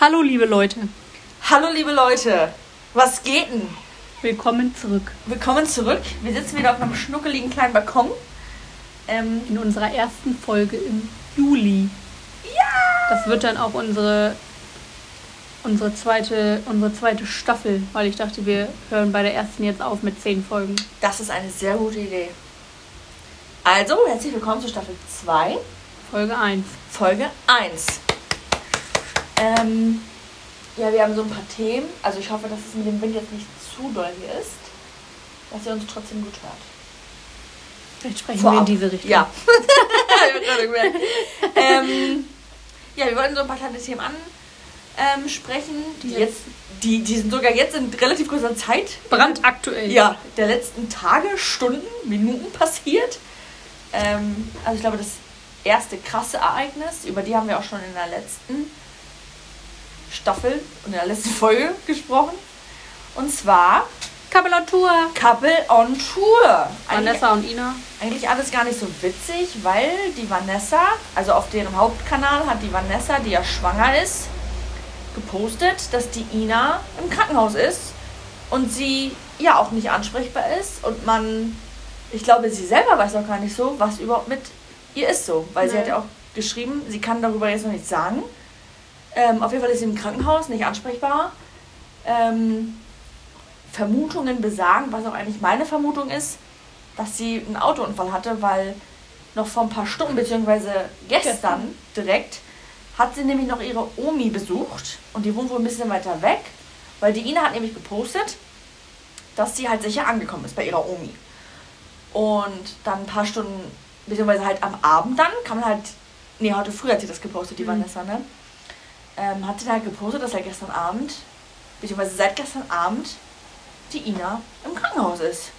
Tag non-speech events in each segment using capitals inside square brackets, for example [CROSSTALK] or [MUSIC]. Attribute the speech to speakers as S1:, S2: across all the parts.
S1: Hallo liebe Leute,
S2: Hallo liebe Leute, was geht denn?
S1: willkommen zurück
S2: Willkommen zurück. Wir sitzen wieder auf einem schnuckeligen kleinen Balkon. Ähm,
S1: in unserer ersten Folge im Juli. Ja! Das wird dann auch unsere, unsere, zweite, unsere zweite Staffel, weil ich dachte, wir hören bei der ersten jetzt auf mit zehn Folgen.
S2: das ist eine sehr gute Idee. Also, herzlich willkommen zu Staffel 2,
S1: Folge 1.
S2: Folge 1. Ähm, ja, wir haben so ein paar Themen. Also ich hoffe, dass es mit dem Wind jetzt nicht zu doll hier ist. Dass ihr uns trotzdem gut hört.
S1: Vielleicht sprechen wir in
S2: Vorab.
S1: diese Richtung.
S2: Ja. [LAUGHS] Ich hab gerade gemerkt. ähm, ja, wir wollten so ein paar kleine Themen ansprechen, die
S1: Jetzt.
S2: jetzt, die, die sind sogar jetzt in relativ kurzer Zeit,
S1: Brandaktuell.
S2: ja, der letzten Tage, Stunden, Minuten passiert. Ähm, also ich glaube, das erste krasse Ereignis, über die haben wir auch schon in der letzten Staffel und in der letzten [LAUGHS] Folge gesprochen. Und zwar
S1: Kabelatur.
S2: Couple on Tour. Eigentlich
S1: Vanessa und Ina.
S2: eigentlich alles gar nicht so witzig, weil die Vanessa, also auf deren Hauptkanal hat die Vanessa, die ja schwanger ist, gepostet, dass die Ina im Krankenhaus ist und sie ja auch nicht ansprechbar ist und man, ich glaube, sie selber weiß auch gar nicht so, was überhaupt mit ihr ist so, weil sie
S1: Nee.
S2: hat ja auch geschrieben, sie kann darüber jetzt noch nichts sagen. Ähm, auf jeden Fall ist sie im Krankenhaus, nicht ansprechbar. Ähm, Vermutungen besagen, was auch eigentlich meine Vermutung ist, dass sie einen Autounfall hatte, weil noch vor ein paar Stunden, beziehungsweise gestern direkt, hat sie nämlich noch ihre Omi besucht und die wohnt wohl ein bisschen weiter weg, weil die Ina hat nämlich gepostet, dass sie halt sicher angekommen ist bei ihrer Omi. Und dann ein paar Stunden, beziehungsweise halt am Abend dann, kann man halt, nee, heute früh hat sie das gepostet, die
S1: Mhm.
S2: Vanessa, ne? Ähm, hat sie dann halt gepostet, dass halt gestern Abend, beziehungsweise seit gestern Abend, die Ina im Krankenhaus ist.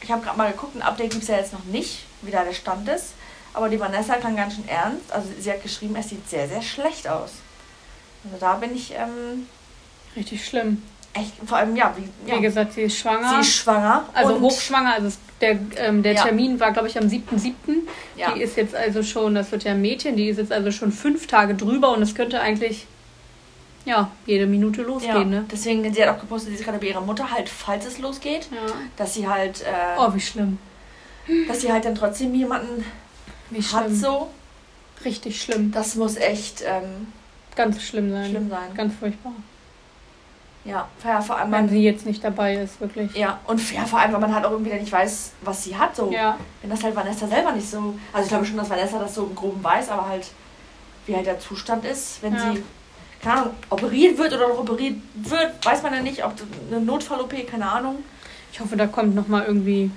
S2: Ich habe gerade mal geguckt, ein Update gibt es ja jetzt noch nicht, wie da der Stand ist. Aber die Vanessa kann ganz schön ernst. Also sie hat geschrieben, es sieht sehr, sehr schlecht aus. Also da bin ich ähm,
S1: Richtig schlimm.
S2: echt, vor allem, ja, wie, ja.
S1: Wie gesagt, sie ist schwanger.
S2: sie ist schwanger.
S1: also
S2: und,
S1: hochschwanger. Also es- der, ähm, der
S2: Ja.
S1: Termin war, glaube ich, am 7.7.
S2: Ja.
S1: Die ist jetzt also schon, das wird ja ein Mädchen, die ist jetzt also schon fünf Tage drüber und es könnte eigentlich, ja, jede Minute losgehen,
S2: ja,
S1: ne?
S2: Deswegen, sie hat auch gepostet, sie ist gerade bei ihrer Mutter, halt, falls es losgeht,
S1: Ja.
S2: dass sie halt, äh,
S1: Oh, wie schlimm.
S2: dass sie halt dann trotzdem jemanden
S1: Wie
S2: hat
S1: schlimm.
S2: so.
S1: Richtig schlimm.
S2: Das muss echt ähm,
S1: Ganz schlimm sein.
S2: schlimm sein.
S1: Ganz furchtbar.
S2: Ja, ja, vor allem,
S1: Wenn sie jetzt nicht dabei ist, wirklich.
S2: ja, und ja, vor allem, weil man halt auch irgendwie dann nicht weiß, was sie hat, so.
S1: Ja.
S2: Wenn das halt Vanessa selber nicht so. Also ich glaube schon, dass Vanessa das so im Groben weiß, aber halt, wie halt der Zustand ist, wenn
S1: Ja.
S2: sie, keine Ahnung, operiert wird oder noch operiert wird, weiß man ja nicht, ob eine Notfall-OP, keine Ahnung.
S1: Ich hoffe, da kommt nochmal irgendwie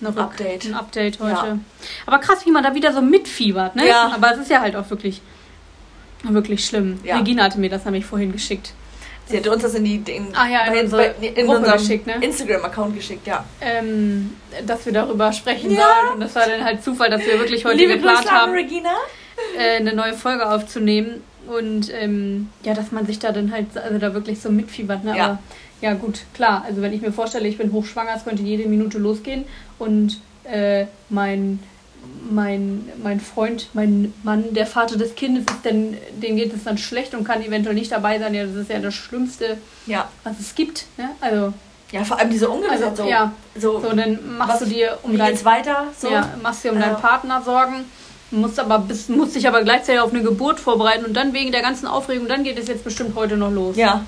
S1: eine Rück
S2: Update.
S1: ein Update heute.
S2: Ja.
S1: Aber krass, wie man da wieder so mitfiebert, ne?
S2: Ja.
S1: Aber es ist ja halt auch wirklich, wirklich schlimm.
S2: Ja.
S1: Regina hatte mir das nämlich vorhin geschickt.
S2: Sie hätte uns das in die in,
S1: Ach Ah ja, in
S2: bei-
S1: unsere
S2: bei- in
S1: Gruppe
S2: unserem
S1: geschickt, ne?
S2: Instagram-Account geschickt, ja.
S1: ähm, dass wir darüber sprechen
S2: Ja.
S1: sollen. Und das war dann halt Zufall, dass wir wirklich heute geplant
S2: an
S1: haben,
S2: Regina.
S1: äh, eine neue Folge aufzunehmen. Und ähm, ja, dass man sich da dann halt, also da wirklich so mitfiebert. Ne?
S2: Ja.
S1: Aber ja, gut, klar. Also wenn ich mir vorstelle, ich bin hochschwanger, es könnte jede Minute losgehen und äh, mein mein, mein Freund, mein Mann, der Vater des Kindes ist denn, dem geht es dann schlecht und kann eventuell nicht dabei sein. Ja, das ist ja das Schlimmste,
S2: Ja.
S1: was es gibt. Ne? Also,
S2: Ja, vor allem diese Ungewissheit
S1: also
S2: so.
S1: ja,
S2: so.
S1: so dann machst
S2: Was-
S1: du dir um
S2: wie
S1: dein
S2: geht's weiter? So.
S1: ja, machst dir um deinen
S2: Ja.
S1: Partner Sorgen, musst, aber bis, musst dich aber gleichzeitig auf eine Geburt vorbereiten und dann wegen der ganzen Aufregung, dann geht es jetzt bestimmt heute noch los.
S2: ja.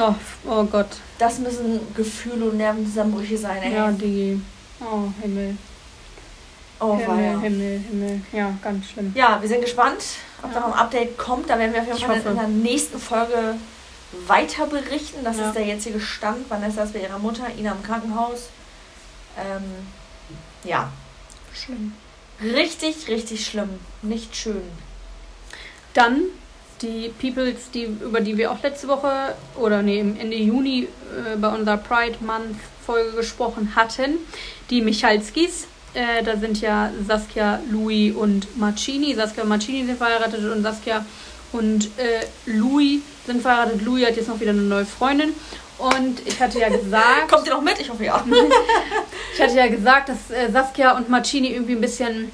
S1: Oh, oh Gott.
S2: Das müssen Gefühle und Nervenzusammenbrüche sein, ey.
S1: Ja, die. Oh, Himmel.
S2: oh,
S1: Himmel,
S2: weia.
S1: Himmel, Himmel. Ja, ganz schlimm.
S2: Ja, wir sind gespannt, ob
S1: Ja.
S2: da noch ein Update kommt. Da werden wir auf jeden
S1: Ich
S2: Fall
S1: hoffe.
S2: in der nächsten Folge weiter berichten. Das
S1: Ja.
S2: ist der jetzige Stand. Vanessa ist bei ihrer Mutter, Ina im Krankenhaus. Ähm, ja,
S1: Schlimm.
S2: richtig, richtig schlimm. Nicht schön.
S1: Dann die Peoples, die, über die wir auch letzte Woche oder nee, im Ende Juni äh, bei unserer Pride Month Folge gesprochen hatten, die Michalskis. Äh, da sind ja Saskia, Louis und Marcini. Saskia und Marcini sind verheiratet und Saskia und äh, Louis sind verheiratet. Louis hat jetzt noch wieder eine neue Freundin. Und ich hatte ja gesagt,
S2: Kommt ihr noch mit? Ich hoffe ja.
S1: ich hatte ja gesagt, dass äh, Saskia und Marcini irgendwie ein bisschen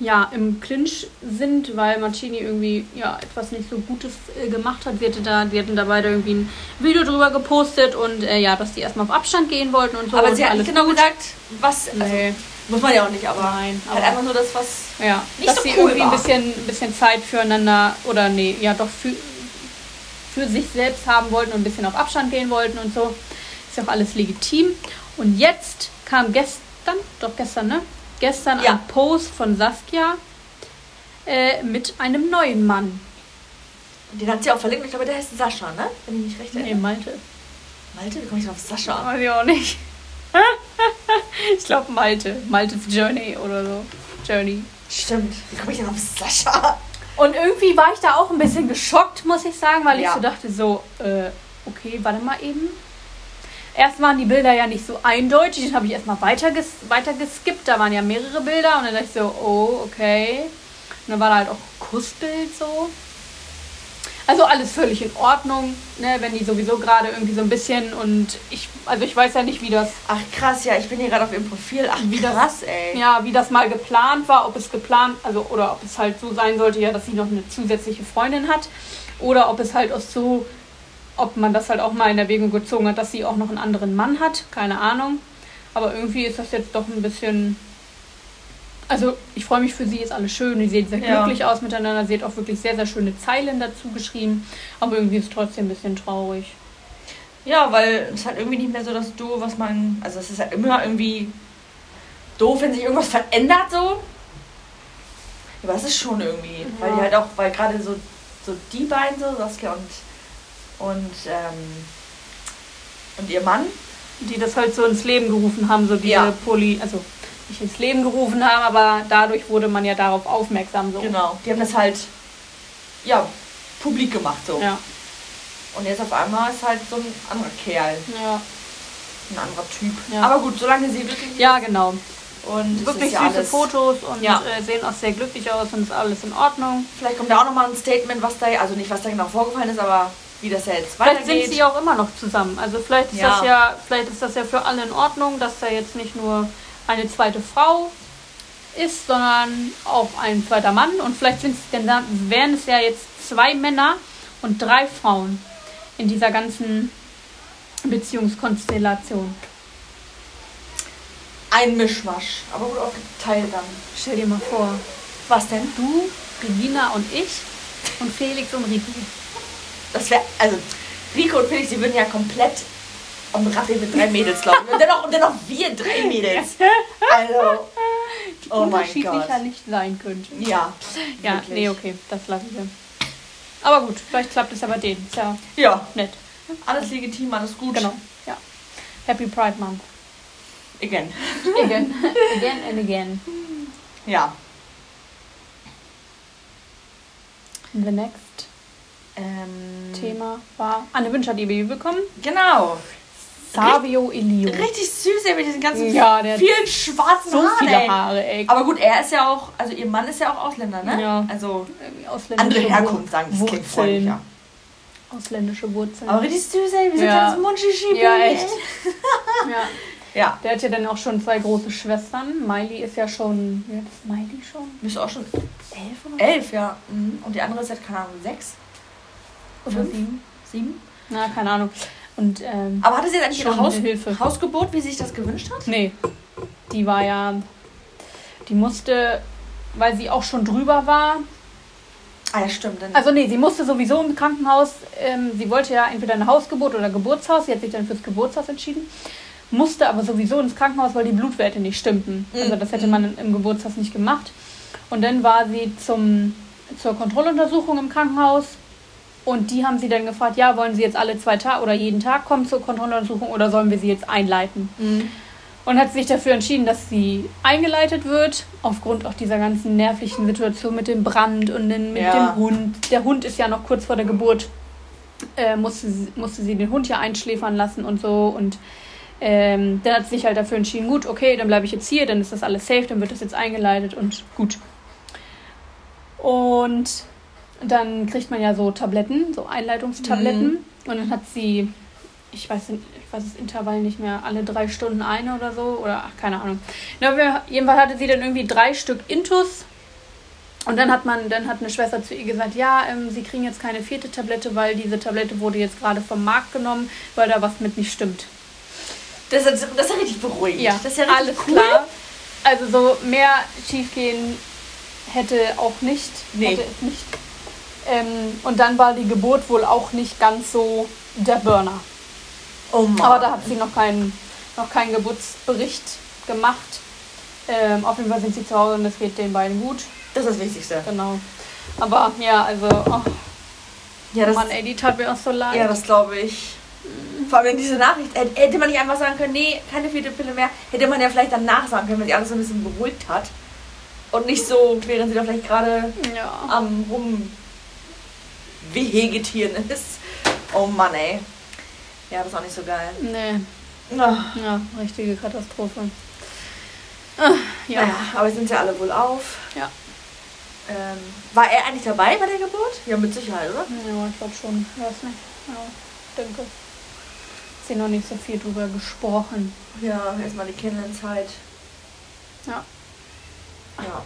S1: ja, im Clinch sind, weil Marcini irgendwie ja, etwas nicht so Gutes äh, gemacht hat. Sie, hatte da, sie hatten da beide irgendwie ein Video drüber gepostet und äh, ja, dass die erstmal auf Abstand gehen wollten und so.
S2: aber
S1: und
S2: sie hat nicht genau gesagt, was. Also,
S1: Nee.
S2: Muss man ja auch nicht, aber.
S1: Nein,
S2: Halt
S1: aber-
S2: einfach nur das, was.
S1: Ja,
S2: Nicht
S1: dass
S2: so
S1: sie
S2: cool
S1: irgendwie ein
S2: war.
S1: bisschen, ein bisschen Zeit füreinander oder nee, ja doch für, für sich selbst haben wollten und ein bisschen auf Abstand gehen wollten und so. Ist ja auch alles legitim. Und jetzt kam gestern, doch gestern, ne? Gestern
S2: Ja.
S1: ein Post von Saskia äh, mit einem neuen Mann.
S2: Den hat sie auch verlinkt. Ich glaube, der heißt Sascha, ne? Wenn ich mich recht
S1: Nee,
S2: erinnere.
S1: Malte.
S2: Malte, wie komme ich denn auf Sascha?
S1: Weiß ich auch nicht. [LAUGHS] ich glaube Malte. Maltes Journey oder so. Journey.
S2: Stimmt. Wie komme ich denn auf Sascha?
S1: Und irgendwie war ich da auch ein bisschen geschockt, muss ich sagen, weil
S2: Ja.
S1: ich so dachte, so, äh, okay, warte mal eben. Erst waren die Bilder ja nicht so eindeutig, dann habe ich erstmal weiter, ges weiter geskippt, da waren ja mehrere Bilder und dann dachte ich so, oh, okay. Und dann war da halt auch ein Kussbild so. Also alles völlig in Ordnung, ne, wenn die sowieso gerade irgendwie so ein bisschen und ich, also ich weiß ja nicht, wie das
S2: Ach krass, ja, ich bin hier gerade auf ihrem Profil. Ach, wie krass, ey.
S1: ja, wie das mal geplant war, ob es geplant, also oder ob es halt so sein sollte, ja, dass sie noch eine zusätzliche Freundin hat oder ob es halt auch so, ob man das halt auch mal in Erwägung gezogen hat, dass sie auch noch einen anderen Mann hat, keine Ahnung. Aber irgendwie ist das jetzt doch ein bisschen. Also ich freue mich für sie, ist alles schön, sie sehen sehr
S2: Ja.
S1: glücklich aus miteinander, sie hat auch wirklich sehr, sehr schöne Zeilen dazu geschrieben, aber irgendwie ist es trotzdem ein bisschen traurig.
S2: Ja, weil es halt irgendwie nicht mehr so das Duo, was man. Also es ist halt immer irgendwie doof, wenn sich irgendwas verändert so. Aber es ist schon irgendwie. Weil die halt auch, weil gerade so, so die beiden so, Saskia und und, ähm, und ihr Mann.
S1: die das halt so ins Leben gerufen haben, so diese
S2: Ja.
S1: Poly, also nicht ins Leben gerufen haben, aber dadurch wurde man ja darauf aufmerksam. So.
S2: Genau. Die haben das halt ja publik gemacht so.
S1: Ja.
S2: Und jetzt auf einmal ist halt so ein anderer Kerl,
S1: Ja.
S2: ein anderer Typ.
S1: Ja.
S2: Aber gut, solange sie wirklich
S1: ja, genau.
S2: und es
S1: Wirklich
S2: ist ja
S1: süße
S2: alles-
S1: Fotos und
S2: Ja.
S1: äh, sehen auch sehr glücklich aus und ist alles in Ordnung.
S2: Vielleicht kommt da auch nochmal ein Statement, was da, also nicht was da genau vorgefallen ist, aber wie das ja jetzt
S1: Vielleicht
S2: weitergeht.
S1: sind sie auch immer noch zusammen. Also vielleicht ist
S2: Ja.
S1: das ja, vielleicht ist das ja für alle in Ordnung, dass da jetzt nicht nur eine zweite Frau ist, sondern auch ein zweiter Mann. Und vielleicht sind es denn dann wären es ja jetzt zwei Männer und drei Frauen in dieser ganzen Beziehungskonstellation.
S2: ein Mischmasch, aber gut aufgeteilt dann.
S1: Stell dir mal vor,
S2: Was denn?
S1: du, Regina und ich und Felix und Rico.
S2: Das wäre, also Rico und Felix, die würden ja komplett am Rad mit drei Mädels laufen. Und dennoch, und dennoch wir drei Mädels. Also, oh mein Gott.
S1: Unterschiedlicher nicht sein könnte.
S2: Ja,
S1: Ja,
S2: wirklich.
S1: nee, okay, das lassen wir. Aber gut, vielleicht klappt es aber denen. Ist ja
S2: Ja,
S1: nett.
S2: alles legitim, alles gut.
S1: Genau, ja. Happy Pride Month.
S2: [LAUGHS] Again.
S1: Again. again and again.
S2: Ja.
S1: The next
S2: Ähm,
S1: Thema war Anne Wünsch hat ihr Baby bekommen.
S2: Genau.
S1: Savio e Elio.
S2: Richtig süß, ey, mit diesen ganzen
S1: Ja, der hat
S2: vielen schwarzen
S1: So
S2: Haaren,
S1: viele
S2: ey.
S1: Haare, ey.
S2: Aber gut, er ist ja auch, also ihr Mann ist ja auch Ausländer, ne?
S1: Ja.
S2: Also
S1: Irgendwie ausländische
S2: andere
S1: Wur-
S2: Herkunft, sagen das klingt
S1: Wurzeln.
S2: freundlicher.
S1: Ausländische Wurzeln.
S2: Aber richtig süß, ey, wie so ein
S1: Ja.
S2: kleines Mundschichi.
S1: Ja, echt. ja.
S2: Ja.
S1: Der hat ja dann auch schon zwei große Schwestern. Miley ist ja schon. Ja, ist Miley schon?
S2: Bist auch schon
S1: Elf oder,
S2: elf, ja. Mhm. Und die andere ist halt, keine Ahnung, sechs,
S1: oder
S2: Fünf?
S1: sieben?
S2: sieben.
S1: Na, keine Ahnung. Und ähm,
S2: Aber hatte sie jetzt eigentlich
S1: Schon
S2: ihre Haus
S1: eine Hilfe.
S2: Hausgeburt, wie sie sich das gewünscht hat?
S1: Nee, die war ja. Die musste, weil sie auch schon drüber war.
S2: Ah ja, stimmt. Dann
S1: Also nee, sie musste sowieso im Krankenhaus. Ähm, sie wollte ja entweder eine Hausgeburt oder Geburtshaus. Sie hat sich dann fürs Geburtshaus entschieden. Musste aber sowieso ins Krankenhaus, weil die Blutwerte nicht stimmten. Also das hätte man im Geburtshaus nicht gemacht. Und dann war sie zum, zur Kontrolluntersuchung im Krankenhaus. Und die haben sie dann gefragt, ja, wollen sie jetzt alle zwei Tage oder jeden Tag kommen zur Kontrolluntersuchung oder sollen wir sie jetzt einleiten?
S2: mhm.
S1: und hat sich dafür entschieden, dass sie eingeleitet wird, aufgrund auch dieser ganzen nervlichen Situation mit dem Brand und den, mit
S2: Ja.
S1: dem Hund. Der Hund ist ja noch kurz vor der Geburt, äh, musste, sie- musste sie den Hund ja einschläfern lassen und so. Und ähm, dann hat sie sich halt dafür entschieden, gut, okay, dann bleibe ich jetzt hier, dann ist das alles safe, dann wird das jetzt eingeleitet und gut. Und dann kriegt man ja so Tabletten, so Einleitungstabletten. Und dann hat sie, ich weiß, nicht- ich weiß das Intervall nicht mehr, alle drei Stunden eine oder so. Oder ach, keine Ahnung. Na, wir- jedenfalls hatte sie dann irgendwie drei Stück Intus Und dann hat man, dann hat eine Schwester zu ihr gesagt, ja, ähm, sie kriegen jetzt keine vierte Tablette, weil diese Tablette wurde jetzt gerade vom Markt genommen, weil da was mit nicht stimmt.
S2: Das ist, das ist ja richtig beruhigend.
S1: Ja,
S2: das ist ja richtig
S1: alles
S2: cool.
S1: klar. Also so mehr schiefgehen hätte auch nicht.
S2: Nee.
S1: Hätte es nicht. Ähm, und dann war die Geburt wohl auch nicht ganz so der Burner.
S2: Oh Mann.
S1: Aber da hat sie noch keinen, noch keinen Geburtsbericht gemacht. Ähm, auf jeden Fall sind sie zu Hause und es geht den beiden gut.
S2: das ist das Wichtigste.
S1: Genau. Aber ja, also, oh,
S2: Ja, das,
S1: Mann, ey, die tat mir auch so leid.
S2: ja, das glaube ich. Vor allem diese Nachricht. Hätte hätte man nicht einfach sagen können, nee, keine vierte Pille mehr. Hätte man ja vielleicht dann nachsagen können, wenn sie alles so ein bisschen beruhigt hat. Und nicht so, während sie da vielleicht gerade
S1: ja.
S2: am rumvegetieren ist. Oh Mann, ey. Ja, das ist auch nicht so geil.
S1: Nee,
S2: Ah,
S1: ja, richtige Katastrophe. Ah, ja.
S2: Naja, aber wir sind ja alle wohl auf.
S1: Ja.
S2: Ähm, war er eigentlich dabei bei der Geburt? Ja, mit Sicherheit, oder?
S1: Ja, ich glaube schon. Weiß nicht. Ja, denke. Ist hier noch nicht so viel drüber gesprochen.
S2: Ja, erstmal die Kennenlernzeit.
S1: Ja.
S2: Ja.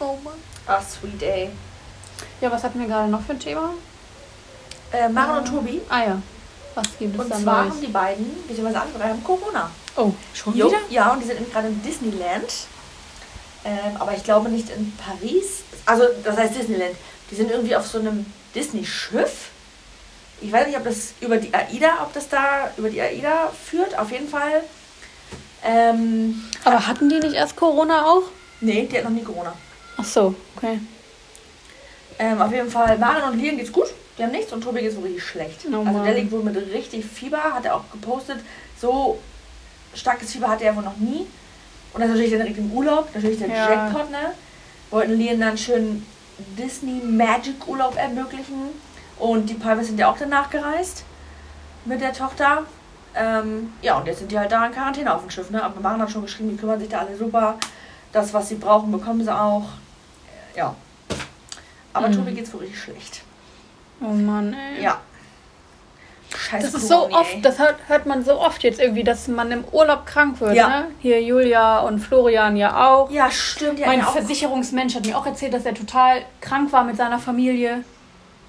S1: Oh Mann.
S2: Ach, sweet, ey.
S1: Ja, was hatten wir gerade noch für ein Thema?
S2: Äh, Maren und Tobi.
S1: Ah ja. Was gibt es
S2: Und
S1: da
S2: zwar
S1: Neues?
S2: haben die beiden, beziehungsweise andere, haben Corona.
S1: Oh, schon
S2: Jo.
S1: wieder?
S2: Ja, und die sind eben gerade in Disneyland. Ähm, aber ich glaube nicht in Paris. Also, das heißt Disneyland. Die sind irgendwie auf so einem Disney-Schiff. Ich weiß nicht, ob das über die AIDA, ob das da über die AIDA führt. Auf jeden Fall. Ähm,
S1: Aber hatten die nicht erst Corona auch?
S2: nee, die hat noch nie Corona.
S1: Ach so, okay.
S2: Ähm, auf jeden Fall, Maren und Lian geht's gut. Die haben nichts und Tobi geht's wohl richtig schlecht.
S1: Oh
S2: also der
S1: Mann.
S2: liegt wohl mit richtig Fieber, hat er auch gepostet. So starkes Fieber hatte er wohl noch nie. Und das ist natürlich dann direkt im Urlaub, natürlich der
S1: Ja.
S2: Jackpot, ne? Wollten Lian dann schön Disney Magic Urlaub ermöglichen. Und die Palmes sind ja auch danach gereist mit der Tochter. Ähm, ja, und jetzt sind die halt da in Quarantäne auf dem Schiff, ne? Aber Maren hat schon geschrieben, die kümmern sich da alle super. Das, was sie brauchen, bekommen sie auch. Äh, Ja. Aber
S1: Mhm.
S2: Tobi geht's wohl richtig schlecht.
S1: Oh Mann, ey.
S2: Ja. Scheiße.
S1: Das ist so
S2: Corona,
S1: oft,
S2: ey.
S1: das hört, hört man so oft jetzt irgendwie, dass man im Urlaub krank wird,
S2: Ja.
S1: ne? Hier Julia und Florian ja auch.
S2: Ja, stimmt. Die
S1: mein
S2: hatten ja
S1: Versicherungsmensch hat mir auch erzählt, dass er total krank war mit seiner Familie.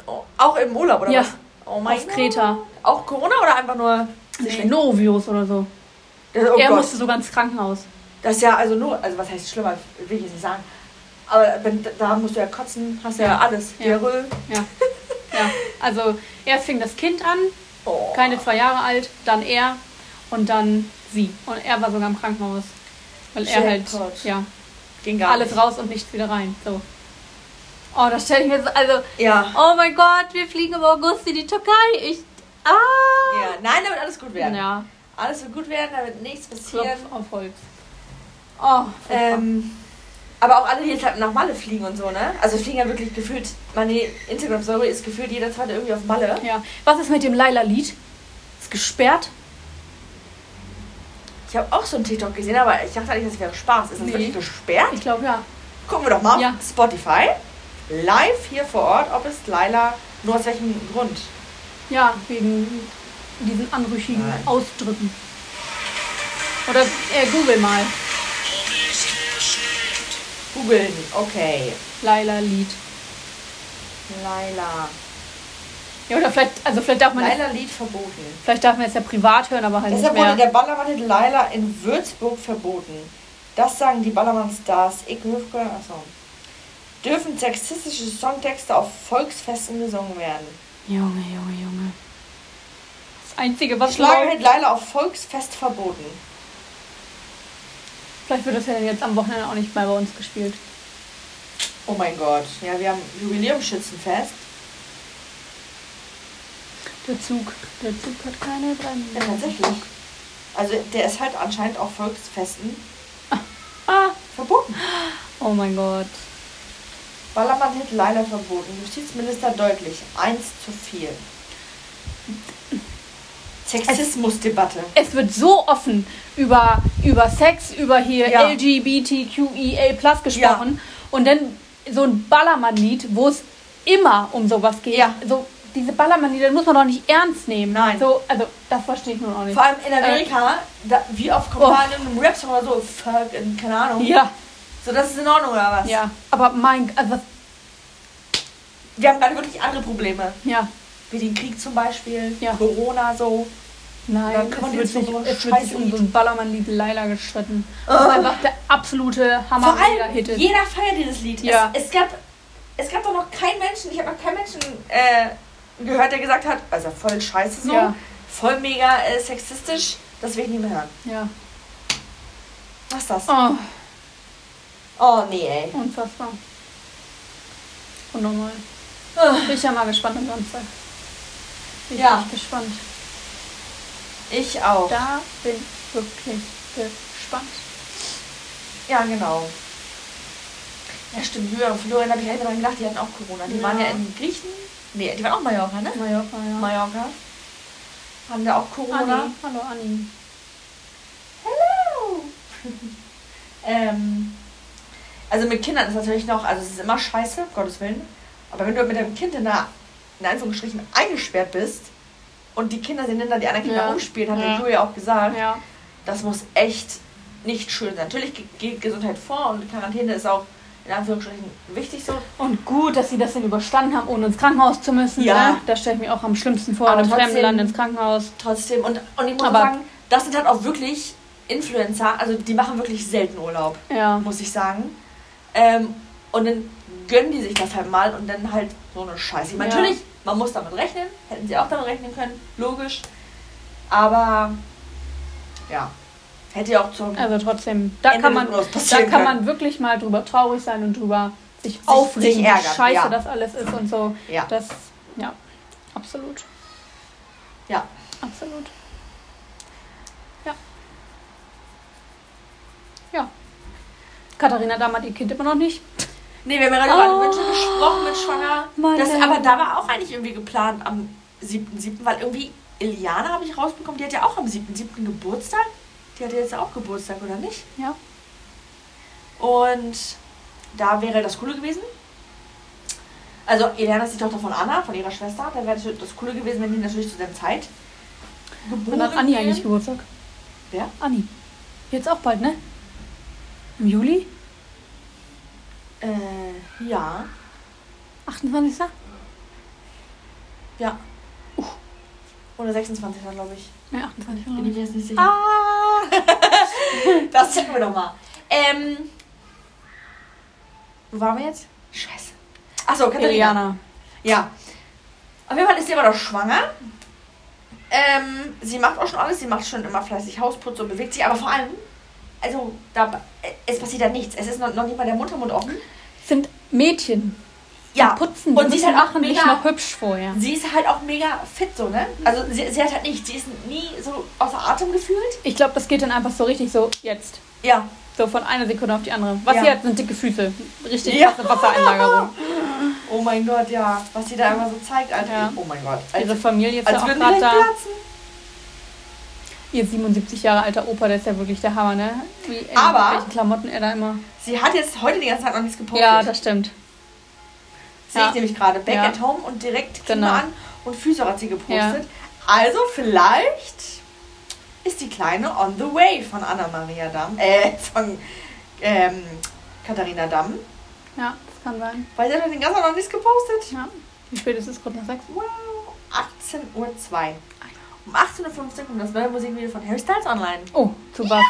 S2: auch, auch im Urlaub, oder
S1: Ja.
S2: was? Oh mein
S1: Auf Kreta.
S2: Gott. Auch Corona oder einfach nur.
S1: Nee, Norovirus oder so.
S2: Das, oh
S1: er
S2: Gott.
S1: musste sogar ins Krankenhaus.
S2: das ist ja, also nur, also was heißt schlimmer, will ich jetzt nicht sagen. Aber wenn, da musst du ja kotzen, hast ja,
S1: Ja.
S2: alles.
S1: Ja.
S2: Diarrhoe.
S1: Ja. ja. Also erst fing das Kind an,
S2: Oh.
S1: keine zwei Jahre alt, dann er und dann sie. Und er war sogar im Krankenhaus. Weil er
S2: Jackpot.
S1: halt ja,
S2: Ging gar
S1: alles
S2: nicht.
S1: raus und nichts wieder rein. So. Oh, das stelle ich mir so. Also,
S2: Ja.
S1: oh mein Gott, wir fliegen im August in die Türkei. Ich. Ah!
S2: ja. Nein, damit alles gut werden.
S1: Ja,
S2: Alles wird gut werden, damit nichts passiert.
S1: Klopf auf Holz. Oh, ähm,
S2: Ähm, aber auch alle, die jetzt halt nach Malle fliegen und so, ne? Also fliegen ja wirklich gefühlt, meine Instagram-Story ist gefühlt jeder zweite irgendwie auf Malle.
S1: ja. Was ist mit dem Laila-Lied? Ist gesperrt?
S2: Ich habe auch so ein TikTok gesehen, aber ich dachte eigentlich, das wäre Spaß. Ist das
S1: Nee.
S2: wirklich gesperrt?
S1: Ich glaube ja.
S2: Gucken wir doch mal auf
S1: Ja.
S2: Spotify. Live hier vor Ort, ob es Laila, nur aus welchem Grund.
S1: Ja, wegen diesen anrüchigen
S2: Nein.
S1: Ausdrücken. Oder äh, google mal.
S2: Googeln, okay.
S1: Laila Lied.
S2: Laila.
S1: Ja, oder vielleicht, also vielleicht darf man
S2: Laila Lied verboten.
S1: vielleicht darf man es ja privat hören, aber halt
S2: Deshalb
S1: nicht
S2: wurde
S1: mehr.
S2: der Ballermann in Laila in Würzburg verboten. Das sagen die Ballermann-Stars. Ike Hüfke, achso. Dürfen sexistische Songtexte auf Volksfesten gesungen werden.
S1: Junge, Junge, Junge. Das Einzige, was läuft,
S2: Schlagerhit Laila auf Volksfest verboten.
S1: vielleicht wird das ja dann jetzt am Wochenende auch nicht mal bei uns gespielt.
S2: Oh mein Gott. Ja, wir haben Jubiläumsschützenfest.
S1: Der Zug, der Zug hat keine Bremsen.
S2: Ja, tatsächlich. Also der ist halt anscheinend auf Volksfesten
S1: Ah,
S2: verboten.
S1: oh mein Gott.
S2: Ballermann hit Leila verboten. Justizminister deutlich. 1 zu 4. Sexismusdebatte.
S1: Es wird so offen über, über Sex, über hier
S2: Ja.
S1: LGBTQIA E gesprochen. Und dann so ein Ballermann-Lied, wo es immer um sowas geht.
S2: Ja.
S1: So, diese Ballermann-Lieder muss man doch nicht ernst nehmen.
S2: Nein.
S1: So, also, das verstehe ich nun auch nicht.
S2: Vor allem in Amerika, da, wie oft kommt
S1: Oh.
S2: man in einem Rap-Song oder so, fuck, in, keine Ahnung.
S1: Ja,
S2: So, das ist in Ordnung oder was?
S1: ja. Aber mein, also, was
S2: wir haben gerade wirklich andere Probleme.
S1: Ja,
S2: Wie den Krieg zum Beispiel,
S1: Ja.
S2: Corona so.
S1: nein,
S2: Dann kann man
S1: es wird,
S2: jetzt noch
S1: sich,
S2: so ein
S1: es wird sich um so
S2: Scheißlied.
S1: ein Ballermann-Lied Laila gestritten. Das ist einfach der absolute Hammer,
S2: Vor allem,
S1: Hit ist.
S2: jeder feiert dieses Lied.
S1: Ja.
S2: Es, es gab es gab doch noch keinen Menschen, ich habe noch keinen Menschen äh, gehört, der gesagt hat, also voll scheiße so,
S1: Ja.
S2: voll mega äh, sexistisch, das will ich nicht mehr hören.
S1: Ja.
S2: Was ist das? Oh,
S1: Oh,
S2: nee, ey.
S1: unfassbar. Und nochmal.
S2: Ah.
S1: Bin ich ja mal gespannt am Samstag. Bin
S2: Ja.
S1: ich gespannt.
S2: Ich auch.
S1: Da bin ich wirklich gespannt.
S2: Ja, genau. Ja, stimmt, Julia und Florian habe ich halt immer dran gedacht, die hatten auch Corona. Die
S1: Ja.
S2: waren ja in Griechen. Nee, die waren auch Mallorca, ne?
S1: Mallorca, Ah, ja.
S2: Mallorca. Haben da auch Corona.
S1: Anni. Hallo Anni.
S2: Hello! [LAUGHS] ähm, also mit Kindern ist natürlich noch, also es ist immer scheiße, um Gottes Willen. Aber wenn du mit deinem Kind in, einer, in Anführungsstrichen eingesperrt bist und die Kinder sehen dann da die anderen Kinder
S1: Ja.
S2: rumspielen, hat
S1: Ja.
S2: ja Julia auch gesagt,
S1: Ja.
S2: das muss echt nicht schön sein. Natürlich ge- geht Gesundheit vor und Quarantäne ist auch in Anführungsstrichen wichtig so.
S1: Und gut, dass sie das denn überstanden haben, ohne ins Krankenhaus zu müssen.
S2: Ja.
S1: Ne? Da stelle ich mir auch am schlimmsten vor, in
S2: Aber
S1: einem fremden
S2: trotzdem-
S1: Land ins Krankenhaus.
S2: Trotzdem, und, und ich muss
S1: Aber-
S2: sagen, das sind halt auch wirklich Influencer, also die machen wirklich selten Urlaub.
S1: Ja.
S2: muss ich sagen. Ähm, und dann gönnen die sich das halt mal und dann halt so eine Scheiße. Ich meine,
S1: Ja.
S2: Natürlich, man muss damit rechnen, hätten sie auch damit rechnen können, logisch. Aber ja, hätte ja auch zum
S1: Also trotzdem, da kann man,
S2: Urlaubs
S1: da
S2: passieren
S1: kann
S2: können.
S1: man wirklich mal drüber traurig sein und drüber sich, aufregen,
S2: sich
S1: wie
S2: ärgern,
S1: scheiße
S2: ja.
S1: das alles ist und so.
S2: Ja.
S1: Das, ja, absolut.
S2: Ja.
S1: Absolut. Ja. Ja. Katharina damals ihr Kind immer noch nicht.
S2: Nee, wir haben ja gerade
S1: Oh.
S2: über Wünsche gesprochen mit Schwanger.
S1: Mann,
S2: das,
S1: ey.
S2: aber da war auch eigentlich irgendwie geplant am 7.7., weil irgendwie Iliana habe ich rausbekommen, die hat ja auch am 7.7. Geburtstag. Die hatte jetzt auch Geburtstag, oder nicht?
S1: Ja.
S2: Und da wäre das Coole gewesen. Also, Elena ist die Tochter von Anna, von ihrer Schwester. Da wäre das Coole gewesen, wenn die natürlich zu der Zeit geboren
S1: Wann hat Anni
S2: wären.
S1: eigentlich Geburtstag?
S2: Wer?
S1: Anni. Jetzt auch bald, ne? Im Juli?
S2: Äh, ja.
S1: 28.
S2: Ja. Oder 26, glaube ich.
S1: Ne, 28.
S2: Bin ich mir jetzt nicht sicher.
S1: Ah!
S2: [LAUGHS] Das checken wir doch mal. Ähm. Wo waren wir jetzt? Scheiße. Achso, Katharina.
S1: Eliana.
S2: Ja. Auf jeden Fall ist sie immer noch schwanger. Ähm, sie macht auch schon alles, sie macht schon immer fleißig Hausputz und bewegt sich, aber vor allem, also da, es passiert ja nichts. Es ist noch, noch nicht mal der Muttermund offen.
S1: Sind Mädchen.
S2: Ja.
S1: Putzen.
S2: Und
S1: die
S2: sie ist
S1: müssen
S2: halt auch
S1: machen dich
S2: mega-
S1: noch hübsch vorher.
S2: Sie ist halt auch mega fit so, ne? Also sie, sie hat halt nicht, sie ist nie so außer Atem gefühlt.
S1: Ich glaube, das geht dann einfach so richtig so jetzt.
S2: Ja.
S1: So von einer Sekunde auf die andere. Was
S2: Ja.
S1: sie hat, sind dicke Füße. Richtig
S2: Ja.
S1: krasse Wassereinlagerung.
S2: [LAUGHS] Oh mein Gott, ja. Was sie da immer so zeigt, Alter.
S1: Ja.
S2: Oh mein Gott.
S1: Ihre
S2: Als,
S1: Familie ist ja
S2: als
S1: auch
S2: würden
S1: gerade
S2: die
S1: da.
S2: gleich platzen.
S1: Ihr 77 Jahre alter Opa, der ist ja wirklich der Hammer, ne? Wie in
S2: Aber-
S1: welchen Klamotten er da immer.
S2: Sie hat jetzt heute die ganze Zeit noch nichts gepostet.
S1: Ja, das stimmt.
S2: Sehe ich
S1: Ja.
S2: nämlich gerade. Back
S1: Ja.
S2: at home und direkt Klima
S1: Genau.
S2: an und Physio hat sie gepostet.
S1: Ja.
S2: Also vielleicht ist die Kleine on the way von Anna-Maria Damm, äh, von ähm, Katharina Damm.
S1: Ja, das kann sein.
S2: Weil sie hat heute den ganzen Tag noch nichts gepostet.
S1: Ja. Wie spät ist es? Kurz nach sechs?
S2: Wow, 18.02 Uhr. Um 18.15 Uhr kommt das neue Musikvideo von Harry Styles online.
S1: Oh, zu was?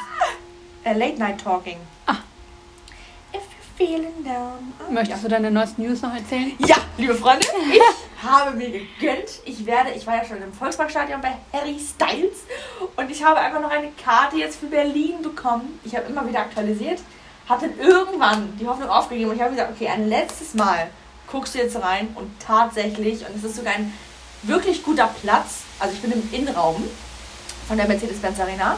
S2: Äh, Late Night Talking.
S1: Ah.
S2: If you're feeling down. Ah, ja.
S1: Möchtest du deine neuesten News noch erzählen?
S2: Ja, liebe Freunde, ich habe mir gegönnt. Ich werde, ich war ja schon im Volksparkstadion bei Harry Styles und ich habe einfach noch eine Karte jetzt für Berlin bekommen. Ich habe immer wieder aktualisiert, hatte irgendwann die Hoffnung aufgegeben und ich habe gesagt, okay, ein letztes Mal guckst du jetzt rein und tatsächlich, und es ist sogar ein wirklich guter Platz, also ich bin im Innenraum von der Mercedes-Benz Arena,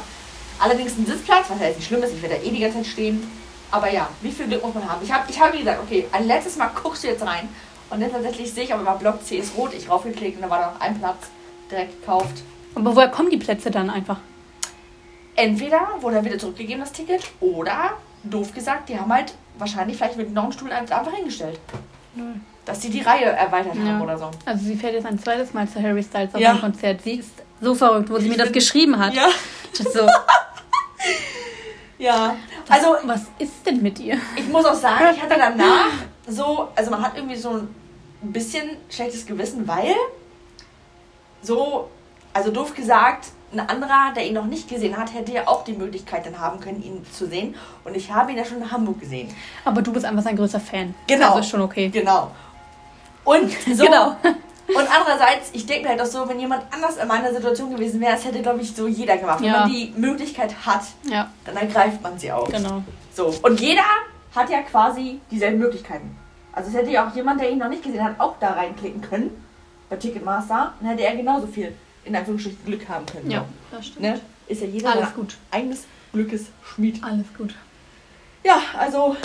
S2: allerdings ein Sitzplatz, was ja jetzt nicht schlimm ist, ich werde da eh die ganze Zeit stehen. Aber ja, wie viel Glück muss man haben? Ich habe ich hab mir gesagt, okay, ein letztes Mal guckst du jetzt rein. Und dann tatsächlich sehe ich aber mal Block C ist rot, ich raufgeklickt und da war da noch ein Platz direkt gekauft.
S1: Aber woher kommen die Plätze dann einfach?
S2: Entweder wurde er wieder zurückgegeben, das Ticket, oder, doof gesagt, die haben halt wahrscheinlich vielleicht mit noch einem Stuhl einfach hingestellt.
S1: Null.
S2: Dass die die Reihe erweitert haben
S1: Ja.
S2: oder so.
S1: Also sie fährt jetzt ein zweites Mal zu Harry Styles auf
S2: Ja.
S1: ein Konzert. Sie ist so verrückt, wo sie mir das geschrieben hat.
S2: Ja,
S1: Ich dachte so,
S2: ja.
S1: also
S2: Also,
S1: was ist denn mit ihr? [LAUGHS]
S2: ich muss auch sagen, ich hatte danach so, also man hat irgendwie so ein bisschen schlechtes Gewissen, weil so, also doof gesagt, ein anderer, der ihn noch nicht gesehen hat, hätte ja auch die Möglichkeit dann haben können, ihn zu sehen. Und ich habe ihn ja schon in Hamburg gesehen.
S1: Aber du bist einfach sein größter Fan.
S2: Genau.
S1: Das ist schon okay.
S2: Genau. Und so.
S1: [LAUGHS] Genau.
S2: Und andererseits, ich denke mir halt auch so, wenn jemand anders in meiner Situation gewesen wäre, das hätte, glaube ich, so jeder gemacht. Wenn
S1: Ja.
S2: man die Möglichkeit hat,
S1: Ja,
S2: dann ergreift man sie auch.
S1: genau.
S2: So. Und jeder hat ja quasi dieselben Möglichkeiten. Also es hätte ja auch jemand, der ihn noch nicht gesehen hat, auch da reinklicken können. Bei Ticketmaster. Dann hätte er genauso viel, in Anführungsstrichen, Glück haben können.
S1: Ja, das stimmt.
S2: Ne? Ist ja jeder
S1: Alles
S2: sein
S1: gut.
S2: eigenes Glückes Schmied.
S1: Alles gut.
S2: Ja, also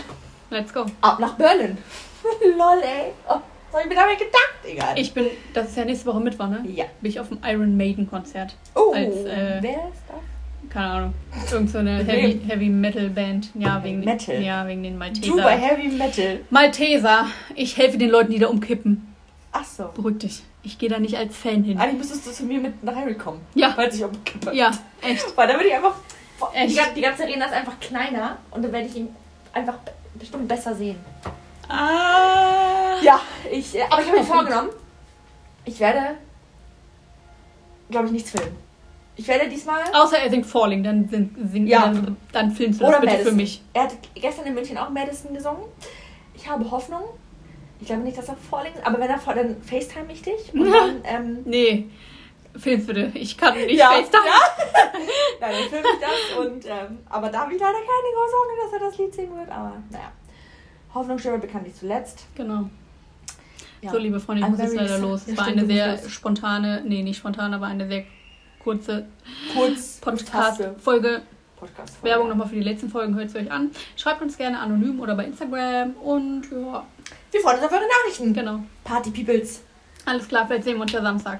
S1: Let's go.
S2: ab nach Berlin. [LAUGHS] Lol, ey. Oh, was hab ich mir dabei gedacht? Egal.
S1: Ich bin, das ist ja nächste Woche Mittwoch, ne?
S2: ja.
S1: Bin ich auf dem Iron Maiden Konzert.
S2: Oh,
S1: Als, äh,
S2: wer ist das?
S1: Keine Ahnung. Irgend so eine
S2: Mit
S1: Heavy,
S2: wem?
S1: Heavy Metal Band. Ja, wegen,
S2: Metal?
S1: Ja, wegen den
S2: Du bei
S1: Malteser.
S2: Heavy Metal.
S1: Malteser, ich helfe den Leuten, die da umkippen.
S2: Ach so.
S1: Beruhig dich. Ich gehe da nicht als Fan hin.
S2: Eigentlich müsstest du zu mir mit nach Harry kommen.
S1: Ja.
S2: Falls ich umkippe.
S1: Ja, echt.
S2: Weil dann würde ich einfach. Boah, Die,
S1: Echt?
S2: gan- die ganze Arena ist einfach kleiner und dann werde ich ihn einfach be- bestimmt
S1: [LAUGHS]
S2: besser sehen.
S1: Ah.
S2: Ja, ich. äh, Aber ich habe mir
S1: Auf
S2: vorgenommen, ich werde. glaube ich, nichts filmen. Ich werde diesmal.
S1: Außer er singt Falling, dann, sing, sing,
S2: Ja.
S1: dann, dann filmst du Ah, das
S2: Oder
S1: bitte
S2: Madison.
S1: für mich.
S2: Er hat gestern in München auch Madison gesungen. Ich habe Hoffnung. Ich glaube nicht, dass er vorlegt, aber wenn er vor, dann FaceTime ich
S1: [LAUGHS]
S2: dich. Und dann, ähm,
S1: Nee, filmst bitte. Ich kann nicht
S2: Ja.
S1: FaceTime.
S2: [LAUGHS] Nein, dann filme ich das und ähm, aber da habe ich leider keine große Hoffnung, dass er das Lied singen wird, aber naja. Hoffnung stirbt bekanntlich zuletzt.
S1: Genau.
S2: Ja.
S1: So, liebe Freunde, ich
S2: I'm
S1: muss jetzt
S2: very
S1: leider
S2: sad.
S1: los.
S2: Ja,
S1: Es war
S2: stimmt,
S1: eine
S2: du musst
S1: sehr
S2: los.
S1: spontane, nee, nicht spontan, aber eine sehr kurze
S2: kurz gefasste
S1: Podcast-Folge.
S2: Podcast
S1: Werbung nochmal für die letzten Folgen, hört sie euch an. Schreibt uns gerne anonym oder bei Instagram und ja,
S2: Wir freuen uns auf eure Nachrichten.
S1: genau.
S2: Party Peoples.
S1: Alles klar, vielleicht sehen wir uns ja Samstag.